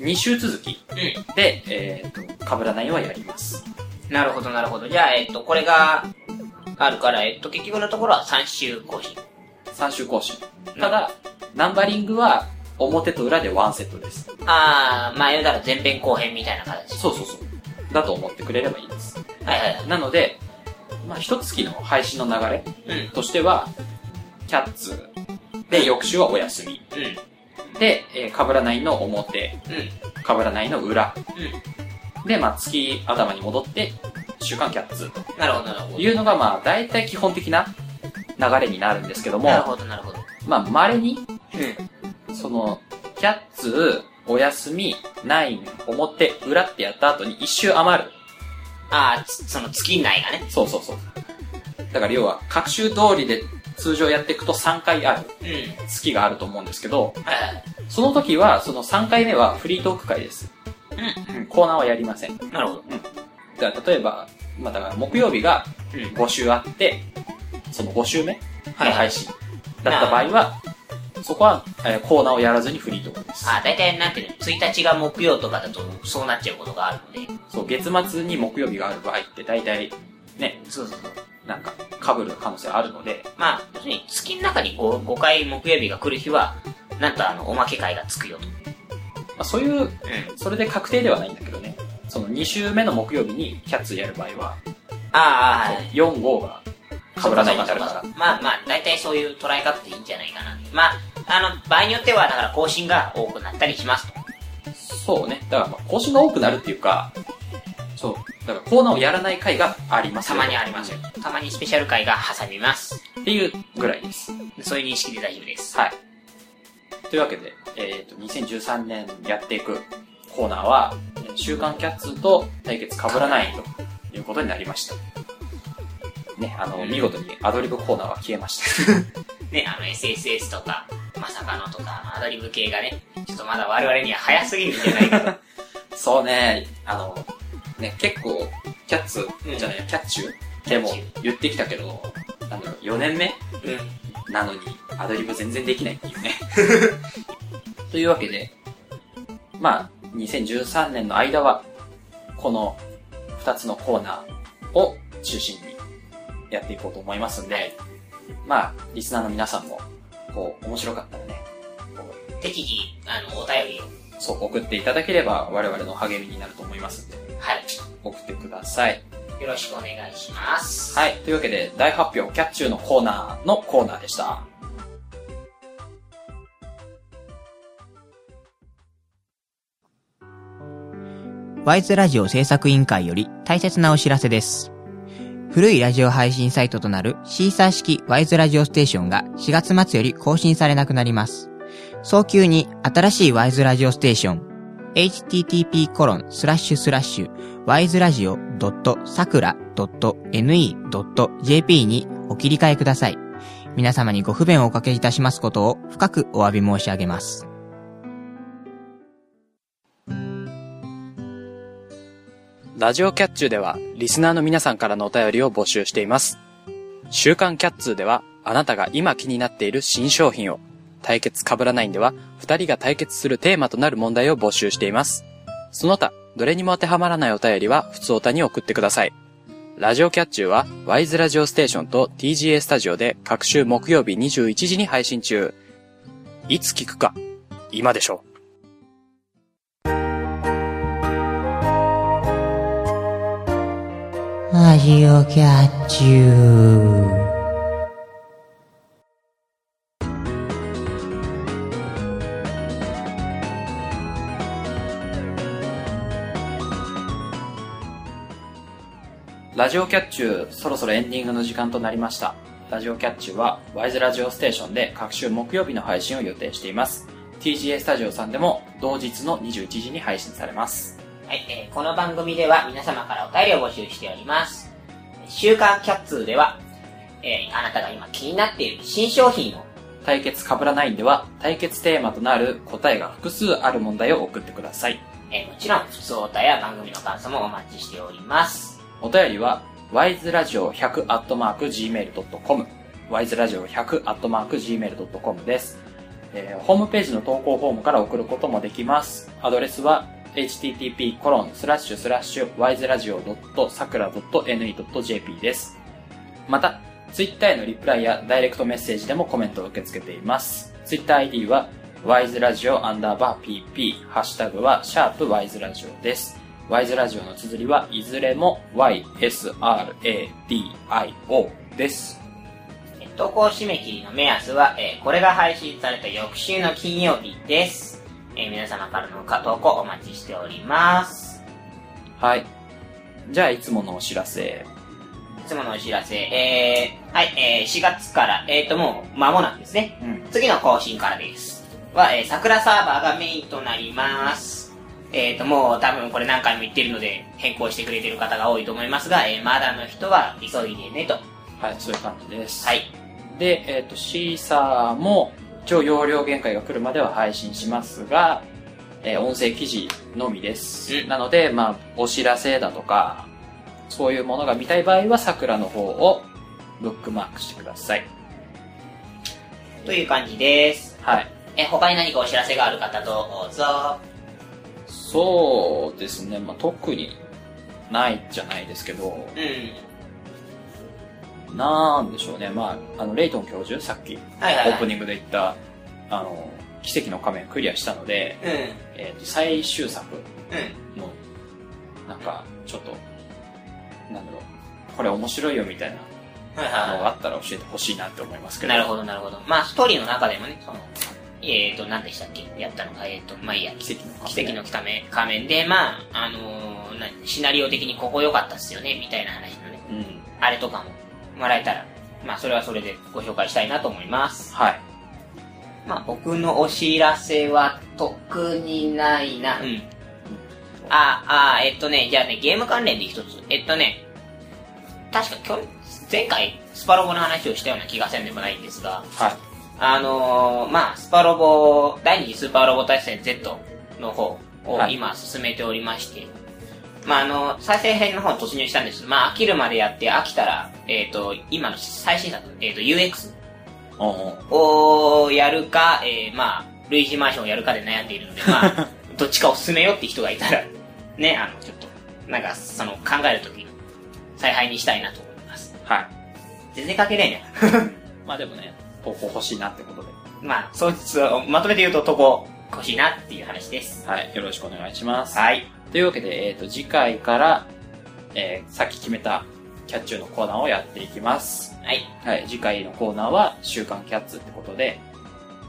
[SPEAKER 3] 2週続き
[SPEAKER 4] う
[SPEAKER 3] で、えっ、と、被らないはやります。
[SPEAKER 4] ん。なるほど、なるほど。じゃあ、えっと、これが、あるから、えっと、結局のところは3週更新。
[SPEAKER 3] 3週更新。ただ、ナンバリングは表と裏でワンセットです。
[SPEAKER 4] ああ、まあ、言うたら前編後編みたいな形。
[SPEAKER 3] そうそうそう。だと思ってくれればいいです。
[SPEAKER 4] はいはいはい。
[SPEAKER 3] なので、まあ、一月の配信の流れ
[SPEAKER 4] うん。
[SPEAKER 3] としては、キャッツで翌週はお休み。
[SPEAKER 4] うん。
[SPEAKER 3] で、えー、被らないの表、
[SPEAKER 4] うん。
[SPEAKER 3] 被らないの裏。で、まあ、月頭に戻って、週刊キャッツ
[SPEAKER 4] うん。なるほど、なるほ
[SPEAKER 3] と
[SPEAKER 4] ど。
[SPEAKER 3] いうのが、まあ、大体基本的な流れになるんですけども、
[SPEAKER 4] なるほど、なるほど。
[SPEAKER 3] まあ、稀に、
[SPEAKER 4] うん。
[SPEAKER 3] その、キャッツ、お休み、ナイン、表、裏ってやった後に一周余る。
[SPEAKER 4] ああ、つその月内がね。
[SPEAKER 3] そうそうそう。だから要は、各週通りで通常やっていくと3回ある、
[SPEAKER 4] う
[SPEAKER 3] 月があると思うんですけど、
[SPEAKER 4] ん。はいはい
[SPEAKER 3] その時は、その3回目はフリートーク会です。うん、コーナーはやりません。
[SPEAKER 4] うん。なるほど。
[SPEAKER 3] だから例えば、まあ、だから木曜日が
[SPEAKER 4] うん。
[SPEAKER 3] 5週あって、その5週目の配信だった場合は、そこは、えーコーナーをやらずにフリートークです。
[SPEAKER 4] ああ、だいたいなんていうの、1日が木曜とかだとそうなっちゃうことがあるので。
[SPEAKER 3] そう、月末に木曜日がある場合って大体、ね、
[SPEAKER 4] そうそうそう。
[SPEAKER 3] なんか、被る可能性あるので、
[SPEAKER 4] まあ、要するに月の中に 5, 5回木曜日が来る日は、なんとあの、おまけ会がつくよと。
[SPEAKER 3] まあ、そういう、
[SPEAKER 4] うん。
[SPEAKER 3] それで確定ではないんだけどね、その2週目の木曜日にキャッツやる場合は、
[SPEAKER 4] ああ、はい。
[SPEAKER 3] 4号が被らないになる
[SPEAKER 4] そ
[SPEAKER 3] か
[SPEAKER 4] うそうそうまあまあ、大体そういう捉え方でいいんじゃないかな。まあ、あの、場合によっては、だから更新が多くなったりしますと。
[SPEAKER 3] ら、そうね、だからまあ更新が多くなるっていうか、そう、だからコーナーをやらない回があります
[SPEAKER 4] た
[SPEAKER 3] よ
[SPEAKER 4] まにありますよ。たまにスペシャル会が挟みます。
[SPEAKER 3] っていうぐらいです。
[SPEAKER 4] そういう認識で大丈夫です。
[SPEAKER 3] はい。というわけで、えっ、と、2013年やっていくコーナーは、えー週刊キャッツと対決被らないということになりました。ね、あの、見事にアドリブコーナーは消えました。
[SPEAKER 4] ね、あの、SSS とか、まさかのとか、アドリブ系がね、ちょっとまだ我々には早すぎるんじゃな いかと。
[SPEAKER 3] そうね、あの、ね、結構、キャッツ、じゃない、キャッチューでも
[SPEAKER 4] キャッ
[SPEAKER 3] 言ってきたけど、なんだろう、4年目
[SPEAKER 4] うん。
[SPEAKER 3] なのに、アドリブ全然できないっていうね。というわけで、まあ、2013年の間は、この2つのコーナーを中心にやっていこうと思いますんで、まあ、リスナーの皆さんも、こう、面白かったらね、
[SPEAKER 4] 適宜、あの、お便りを。
[SPEAKER 3] そう、送っていただければ、我々の励みになると思いますんで、
[SPEAKER 4] はい。
[SPEAKER 3] 送ってください。
[SPEAKER 4] よろしくお願いします。
[SPEAKER 3] はい。というわけで、大発表、キャッチューのコーナーのコーナーでした。
[SPEAKER 5] ワイズラジオ制作委員会より大切なお知らせです。古いラジオ配信サイトとなるシーサー式ワイズラジオステーションが4月末より更新されなくなります。早急に新しいワイズラジオステーション http コロンスラッシュスラッシュ wiseradio.sakura.ne.jp にお切り替えください。皆様にご不便をおかけいたしますことを深くお詫び申し上げます。
[SPEAKER 2] ラジオキャッチューではリスナーの皆さんからのお便りを募集しています。週刊キャッツーではあなたが今気になっている新商品を、対決かぶらないんでは2人が対決するテーマとなる問題を募集しています。その他、どれにも当てはまらないお便りは普通おたに送ってください。ラジオキャッチューはワイズラジオステーションと TGA スタジオで各週木曜日21時に配信中。いつ聞くか、今でしょう。
[SPEAKER 5] ラジオキャッチュー。
[SPEAKER 3] ラジオキャッチュー、そろそろエンディングの時間となりました。ラジオキャッチューは、ワイズラジオステーションで各週木曜日の配信を予定しています。TGA スタジオさんでも、同日の21時に配信されます。
[SPEAKER 4] はい、えーこの番組では皆様からお便りを募集しております。週刊キャッツーでは、えーあなたが今気になっている新商品を、
[SPEAKER 3] 対決かぶらないんでは、対決テーマとなる答えが複数ある問題を送ってください。
[SPEAKER 4] えーもちろん、普通お便りや番組の感想もお待ちしております。
[SPEAKER 3] お便りは、wiseradio100-gmail.com、wiseradio100-gmail.com です、えーホームページの投稿フォームから送ることもできます。アドレスは、http://wiseradio.sakura.ne.jp です。また、ツイッターへのリプライやダイレクトメッセージでもコメントを受け付けています。ツイッター ID は、wiseradio アンダーバー pp、ハッシュタグは、シャープ wiseradio です。ワイズラジオの綴りはいずれも YSRADIO です。
[SPEAKER 4] えー投稿締め切りの目安は、えーこれが配信された翌週の金曜日です。えー皆様からのご投稿お待ちしております。
[SPEAKER 3] はい。じゃあ、いつものお知らせ。
[SPEAKER 4] いつものお知らせ、えー、はい、えー4月から、えーと、もう間もなくですね。
[SPEAKER 3] うん。
[SPEAKER 4] 次の更新からです。は、えー桜サーバーがメインとなります。えーと、もう多分これ何回も言ってるので、変更してくれてる方が多いと思いますが、えーまだの人は急いでねと。は
[SPEAKER 3] はい、そういう感じです。
[SPEAKER 4] い。
[SPEAKER 3] で、えっ、と、シーサーも、一応容量限界が来るまでは配信しますが、えー音声記事のみです。
[SPEAKER 4] うん
[SPEAKER 3] なので、まあ、お知らせだとか、そういうものが見たい場合は、桜の方をブックマークしてください。
[SPEAKER 4] という感じです。
[SPEAKER 3] はい。
[SPEAKER 4] えー他に何かお知らせがある方どうぞ。
[SPEAKER 3] そうですね、まあ、特にないじゃないですけど、
[SPEAKER 4] うん。
[SPEAKER 3] なんでしょうね、まあ、あのレイトン教授、さっきオ
[SPEAKER 4] はいはいはい。
[SPEAKER 3] ープニングで言った、あの、奇跡の仮面クリアしたので、
[SPEAKER 4] うん。
[SPEAKER 3] えっと最終作
[SPEAKER 4] うん。
[SPEAKER 3] の、なんか、ちょっと、なんだろう、これ面白いよみたい
[SPEAKER 4] はい
[SPEAKER 3] なの
[SPEAKER 4] は
[SPEAKER 3] があったら教えてほしいなって思います
[SPEAKER 4] い。
[SPEAKER 3] けど。
[SPEAKER 4] なるほど、なるほど。まあ、ストーリーの中でもね、その、えーと、何でしたっけやったのか、えーと、まあいいや、
[SPEAKER 3] 奇跡の仮面。
[SPEAKER 4] 奇跡のため仮面で、まあ、あのー何シナリオ的にここ良かったっすよね、みたいな話のね、
[SPEAKER 3] うん。
[SPEAKER 4] あれとかももらえたら、まあ、それはそれでご紹介したいなと思います。
[SPEAKER 3] はい。
[SPEAKER 4] まあ、僕のお知らせは特にないな。うん。あ、あ、えっとね、じゃあね、ゲーム関連で一つ。えっとね、確か今日、前回、スパロボの話をしたような気がせんでもないんですが、
[SPEAKER 3] はい。
[SPEAKER 4] あのー、まあ、スパロボ、第二次スーパーロボ対戦 Z の方を
[SPEAKER 3] はい
[SPEAKER 4] 今進めておりまして、まあ、あの、再生編の方に突入したんです。まあ、飽きるまでやって飽きたら、えっ、と、今の最新作、えっ、と、UX
[SPEAKER 3] おう
[SPEAKER 4] をやるか、えー、まあ、類似マンションをやるかで悩んでいるので、まあ、どっちかを進めようって人がいたら、ね、あの、ちょっと、なんか、その、考えるときに、采配にしたいなと思います。
[SPEAKER 3] はい。
[SPEAKER 4] 全然関係ないね。
[SPEAKER 3] まあでもね、投稿欲しいなってことで。
[SPEAKER 4] まあ、そうです。まとめて言うと、とこ、欲しいなっていう話です。
[SPEAKER 3] はい。よろしくお願いします。
[SPEAKER 4] はい。
[SPEAKER 3] というわけで、えっ、と、次回から、えーさっき決めたキャッチューのコーナーをやっていきます。
[SPEAKER 4] はい。
[SPEAKER 3] はい。次回のコーナーは、週刊キャッツってことで、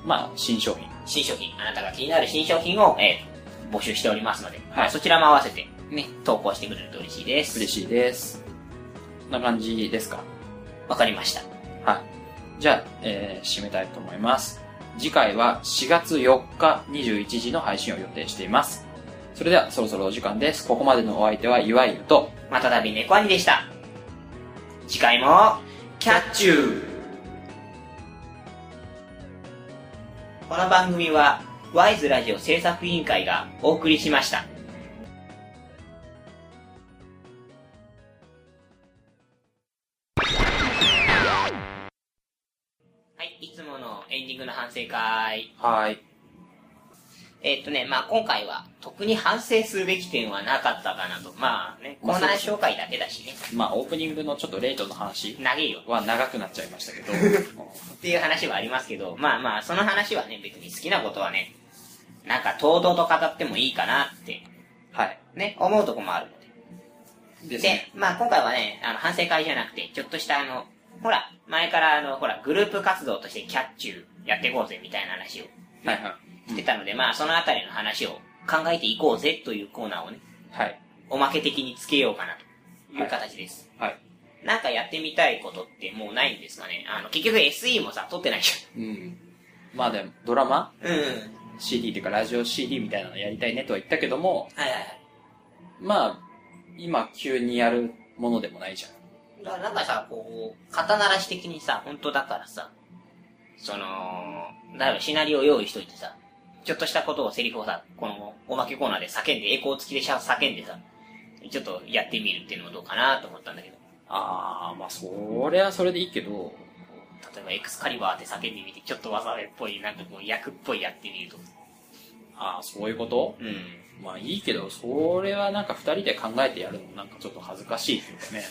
[SPEAKER 3] まあ、新商品。
[SPEAKER 4] 新商品、あなたが気になる新商品を、えー募集しておりますので、
[SPEAKER 3] はい
[SPEAKER 4] そちらも合わせて、ね、投稿してくれると嬉しいです。
[SPEAKER 3] 嬉しいです。こんな感じですか
[SPEAKER 4] わかりました。
[SPEAKER 3] はい。じゃあ、えー締めたいと思います。次回は4月4日21時の配信を予定しています。それではそろそろお時間です。ここまでのお相手は、いわゆると、
[SPEAKER 4] またたび猫兄でした。次回も、キャッチューこの番組は、ワイズラジオ制作委員会がお送りしました。はい、いつものエンディングの反省会。
[SPEAKER 3] はい。
[SPEAKER 4] えーっとね、まあ今回は特に反省すべき点はなかったかなと。まあね、コーナー紹介だけだしね。
[SPEAKER 3] まあ、オープニングのちょっとレイトの話
[SPEAKER 4] 長いよ
[SPEAKER 3] は長くなっちゃいました けど、
[SPEAKER 4] っていう話はありますけど、まあまあ、その話はね、別に好きなことはね、なんか、堂々と語ってもいいかなって、
[SPEAKER 3] はい。
[SPEAKER 4] ね、思うとこもあるの
[SPEAKER 3] で
[SPEAKER 4] で。
[SPEAKER 3] す
[SPEAKER 4] で
[SPEAKER 3] ね。、
[SPEAKER 4] まあ今回はね、あの、反省会じゃなくて、ちょっとしたあの、ほら、前からあの、ほら、グループ活動としてキャッチューやっていこうぜみたいな話を
[SPEAKER 3] はいはい。
[SPEAKER 4] してたので、まあそのあたりの話を考えていこうぜというコーナーをね、
[SPEAKER 3] はい。
[SPEAKER 4] おまけ的につけようかなという形です。
[SPEAKER 3] はい。
[SPEAKER 4] なんかやってみたいことってもうないんですかねあの、結局 SE もさ、撮ってないじ
[SPEAKER 3] うん。まあでも、ドラマ
[SPEAKER 4] ゃん。うん。はい
[SPEAKER 3] ?CD っていうか、ラジオ CD みたいなのやりたいねとは言ったけども、
[SPEAKER 4] はいはい。
[SPEAKER 3] まあ、今急にやるものでもないじゃん。
[SPEAKER 4] だからなんかさ、こう、肩慣らし的にさ、本当だからさ、その、だからシナリオ用意しといてさ、ちょっとしたことをセリフをさ、このおまけコーナーで叫んで、エコー付きでしゃ叫んでさ、ちょっとやってみるっていうのもどうかなと思ったんだけど、
[SPEAKER 3] あー、まあ、それはそれでいいけど、
[SPEAKER 4] 例えばエクスカリバーって叫んでみて、ちょっと技っぽい、なんかこう役っぽいやってみると。
[SPEAKER 3] ああ、そういうこと
[SPEAKER 4] うん。
[SPEAKER 3] まあいいけど、それはなんか二人で考えてやるのなんかちょっと恥ずかしいっていうかね。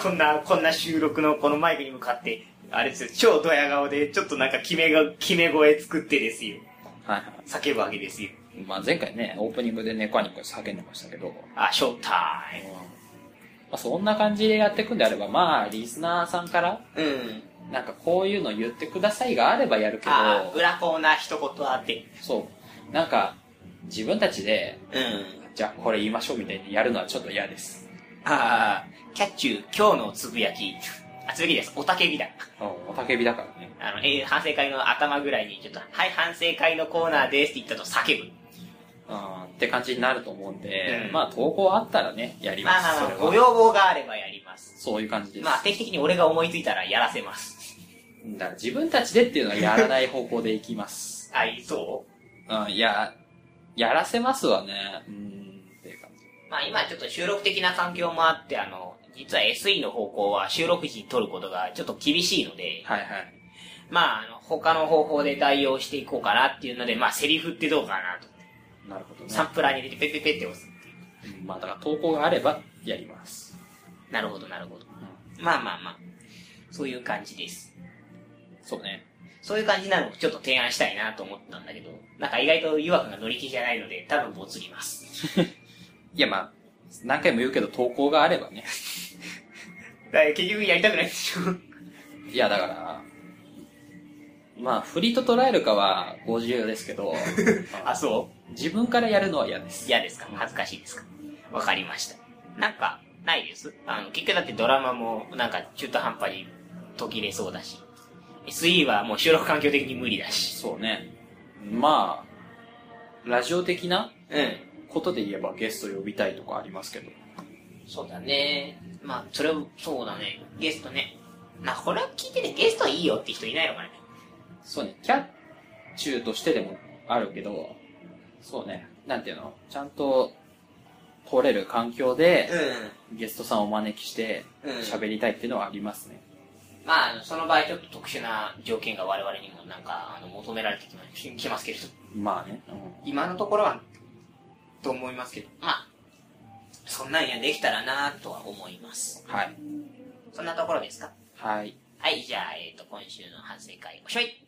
[SPEAKER 4] こんな、こんな収録のこのマイクに向かって、あれですよ、超ドヤ顔で、ちょっとなんか決めが、決め声作ってですよ。
[SPEAKER 3] はいは
[SPEAKER 4] 叫ぶわけですよ。
[SPEAKER 3] い。まあ前回ね、オープニングでネコアニコ叫んでましたけど、
[SPEAKER 4] あ、ショータイム。
[SPEAKER 3] まあ、そんな感じでやっていくんであれば、まあリスナーさんから、
[SPEAKER 4] うん。
[SPEAKER 3] なんかこういうの言ってくださいがあればやるけ
[SPEAKER 4] ああ、
[SPEAKER 3] ど、
[SPEAKER 4] 裏コーナー一言あって。
[SPEAKER 3] そう、なんか自分たちで、
[SPEAKER 4] うん。
[SPEAKER 3] じゃあこれ言いましょうみたいにやるのはちょっと嫌です。
[SPEAKER 4] ああ、キャッチュー、今日のつぶやき。あ、つぶやきです。おたけびだ。
[SPEAKER 3] うんおたけびだからね。
[SPEAKER 4] あの、えー反省会の頭ぐらいに、ちょっと、はい、反省会のコーナーですって言ったと叫ぶ。
[SPEAKER 3] うんって感じになると思うんで、
[SPEAKER 4] うん
[SPEAKER 3] まあ投稿あったらね、やりま
[SPEAKER 4] まあ
[SPEAKER 3] す。
[SPEAKER 4] まあまあ、
[SPEAKER 3] そ
[SPEAKER 4] ご
[SPEAKER 3] れは。
[SPEAKER 4] 要望があればやります。
[SPEAKER 3] そういう感じです。
[SPEAKER 4] まあ、定期的に俺が思いついたらやらせます。
[SPEAKER 3] だから自分たちでっていうのはやらない方向でいきます。
[SPEAKER 4] あ、いそう
[SPEAKER 3] うん、や、やらせますわね。うん、っていう感じ。
[SPEAKER 4] まあ今ちょっと収録的な環境もあって、あの、実は SE の方向は収録時に撮ることがちょっと厳しいので、
[SPEAKER 3] はいはい。
[SPEAKER 4] まあ、あの、他の方法で代用していこうかなっていうので、まあ、セリフってどうかなと。
[SPEAKER 3] なるほどね
[SPEAKER 4] サン。プラーに入れてペッペッペッって押す。
[SPEAKER 3] うんまあだから投稿があればやります。
[SPEAKER 4] なるほど、なるほど
[SPEAKER 3] う。ん、
[SPEAKER 4] まあまあまあ。そういう感じです。
[SPEAKER 3] そうね。
[SPEAKER 4] そういう感じなのをちょっと提案したいなと思ったんだけど、なんか意外と誘惑が乗り気じゃないので、多分ボツります。
[SPEAKER 3] いやまあ、何回も言うけど投稿があればね。
[SPEAKER 4] だから結局やりたくないでしょ。
[SPEAKER 3] いやだから、まあ振りと捉えるかはご自由ですけ ど、
[SPEAKER 4] あ、そ
[SPEAKER 3] 自分からやるのは嫌です
[SPEAKER 4] う。嫌ですか恥ずかしいですかわかりました。なんか、ないです。あの、結局だってドラマも、なんか中途半端に途切れそうだし、SE はもう収録環境的に無理だし。
[SPEAKER 3] そうね。まあ、ラジオ的な
[SPEAKER 4] うん。
[SPEAKER 3] ことで言えばゲスト呼びたいとかありますけど。
[SPEAKER 4] そうだね。まあ、それを、そうだね。ゲストね。まあ、これは聞いててゲストいいよって人いないのかね。
[SPEAKER 3] そうね、キャッチューとしてでもあるけど、そうね、なんていうの、ちゃんと取れる環境で、ゲストさんをお招きして、
[SPEAKER 4] うん。うん。
[SPEAKER 3] 喋りたいっていうのはありますね。
[SPEAKER 4] まああの、その場合ちょっと特殊な条件が我々にもなんか、あの、求められてきまきますけれど。
[SPEAKER 3] まあね、
[SPEAKER 4] 今のところは、と思いますけど。まあ、そんなんやできたらなとは思います。
[SPEAKER 3] はい。
[SPEAKER 4] そんなところですか
[SPEAKER 3] はい。
[SPEAKER 4] はい、じゃあ、えっ、と、今週の反省会、おしまい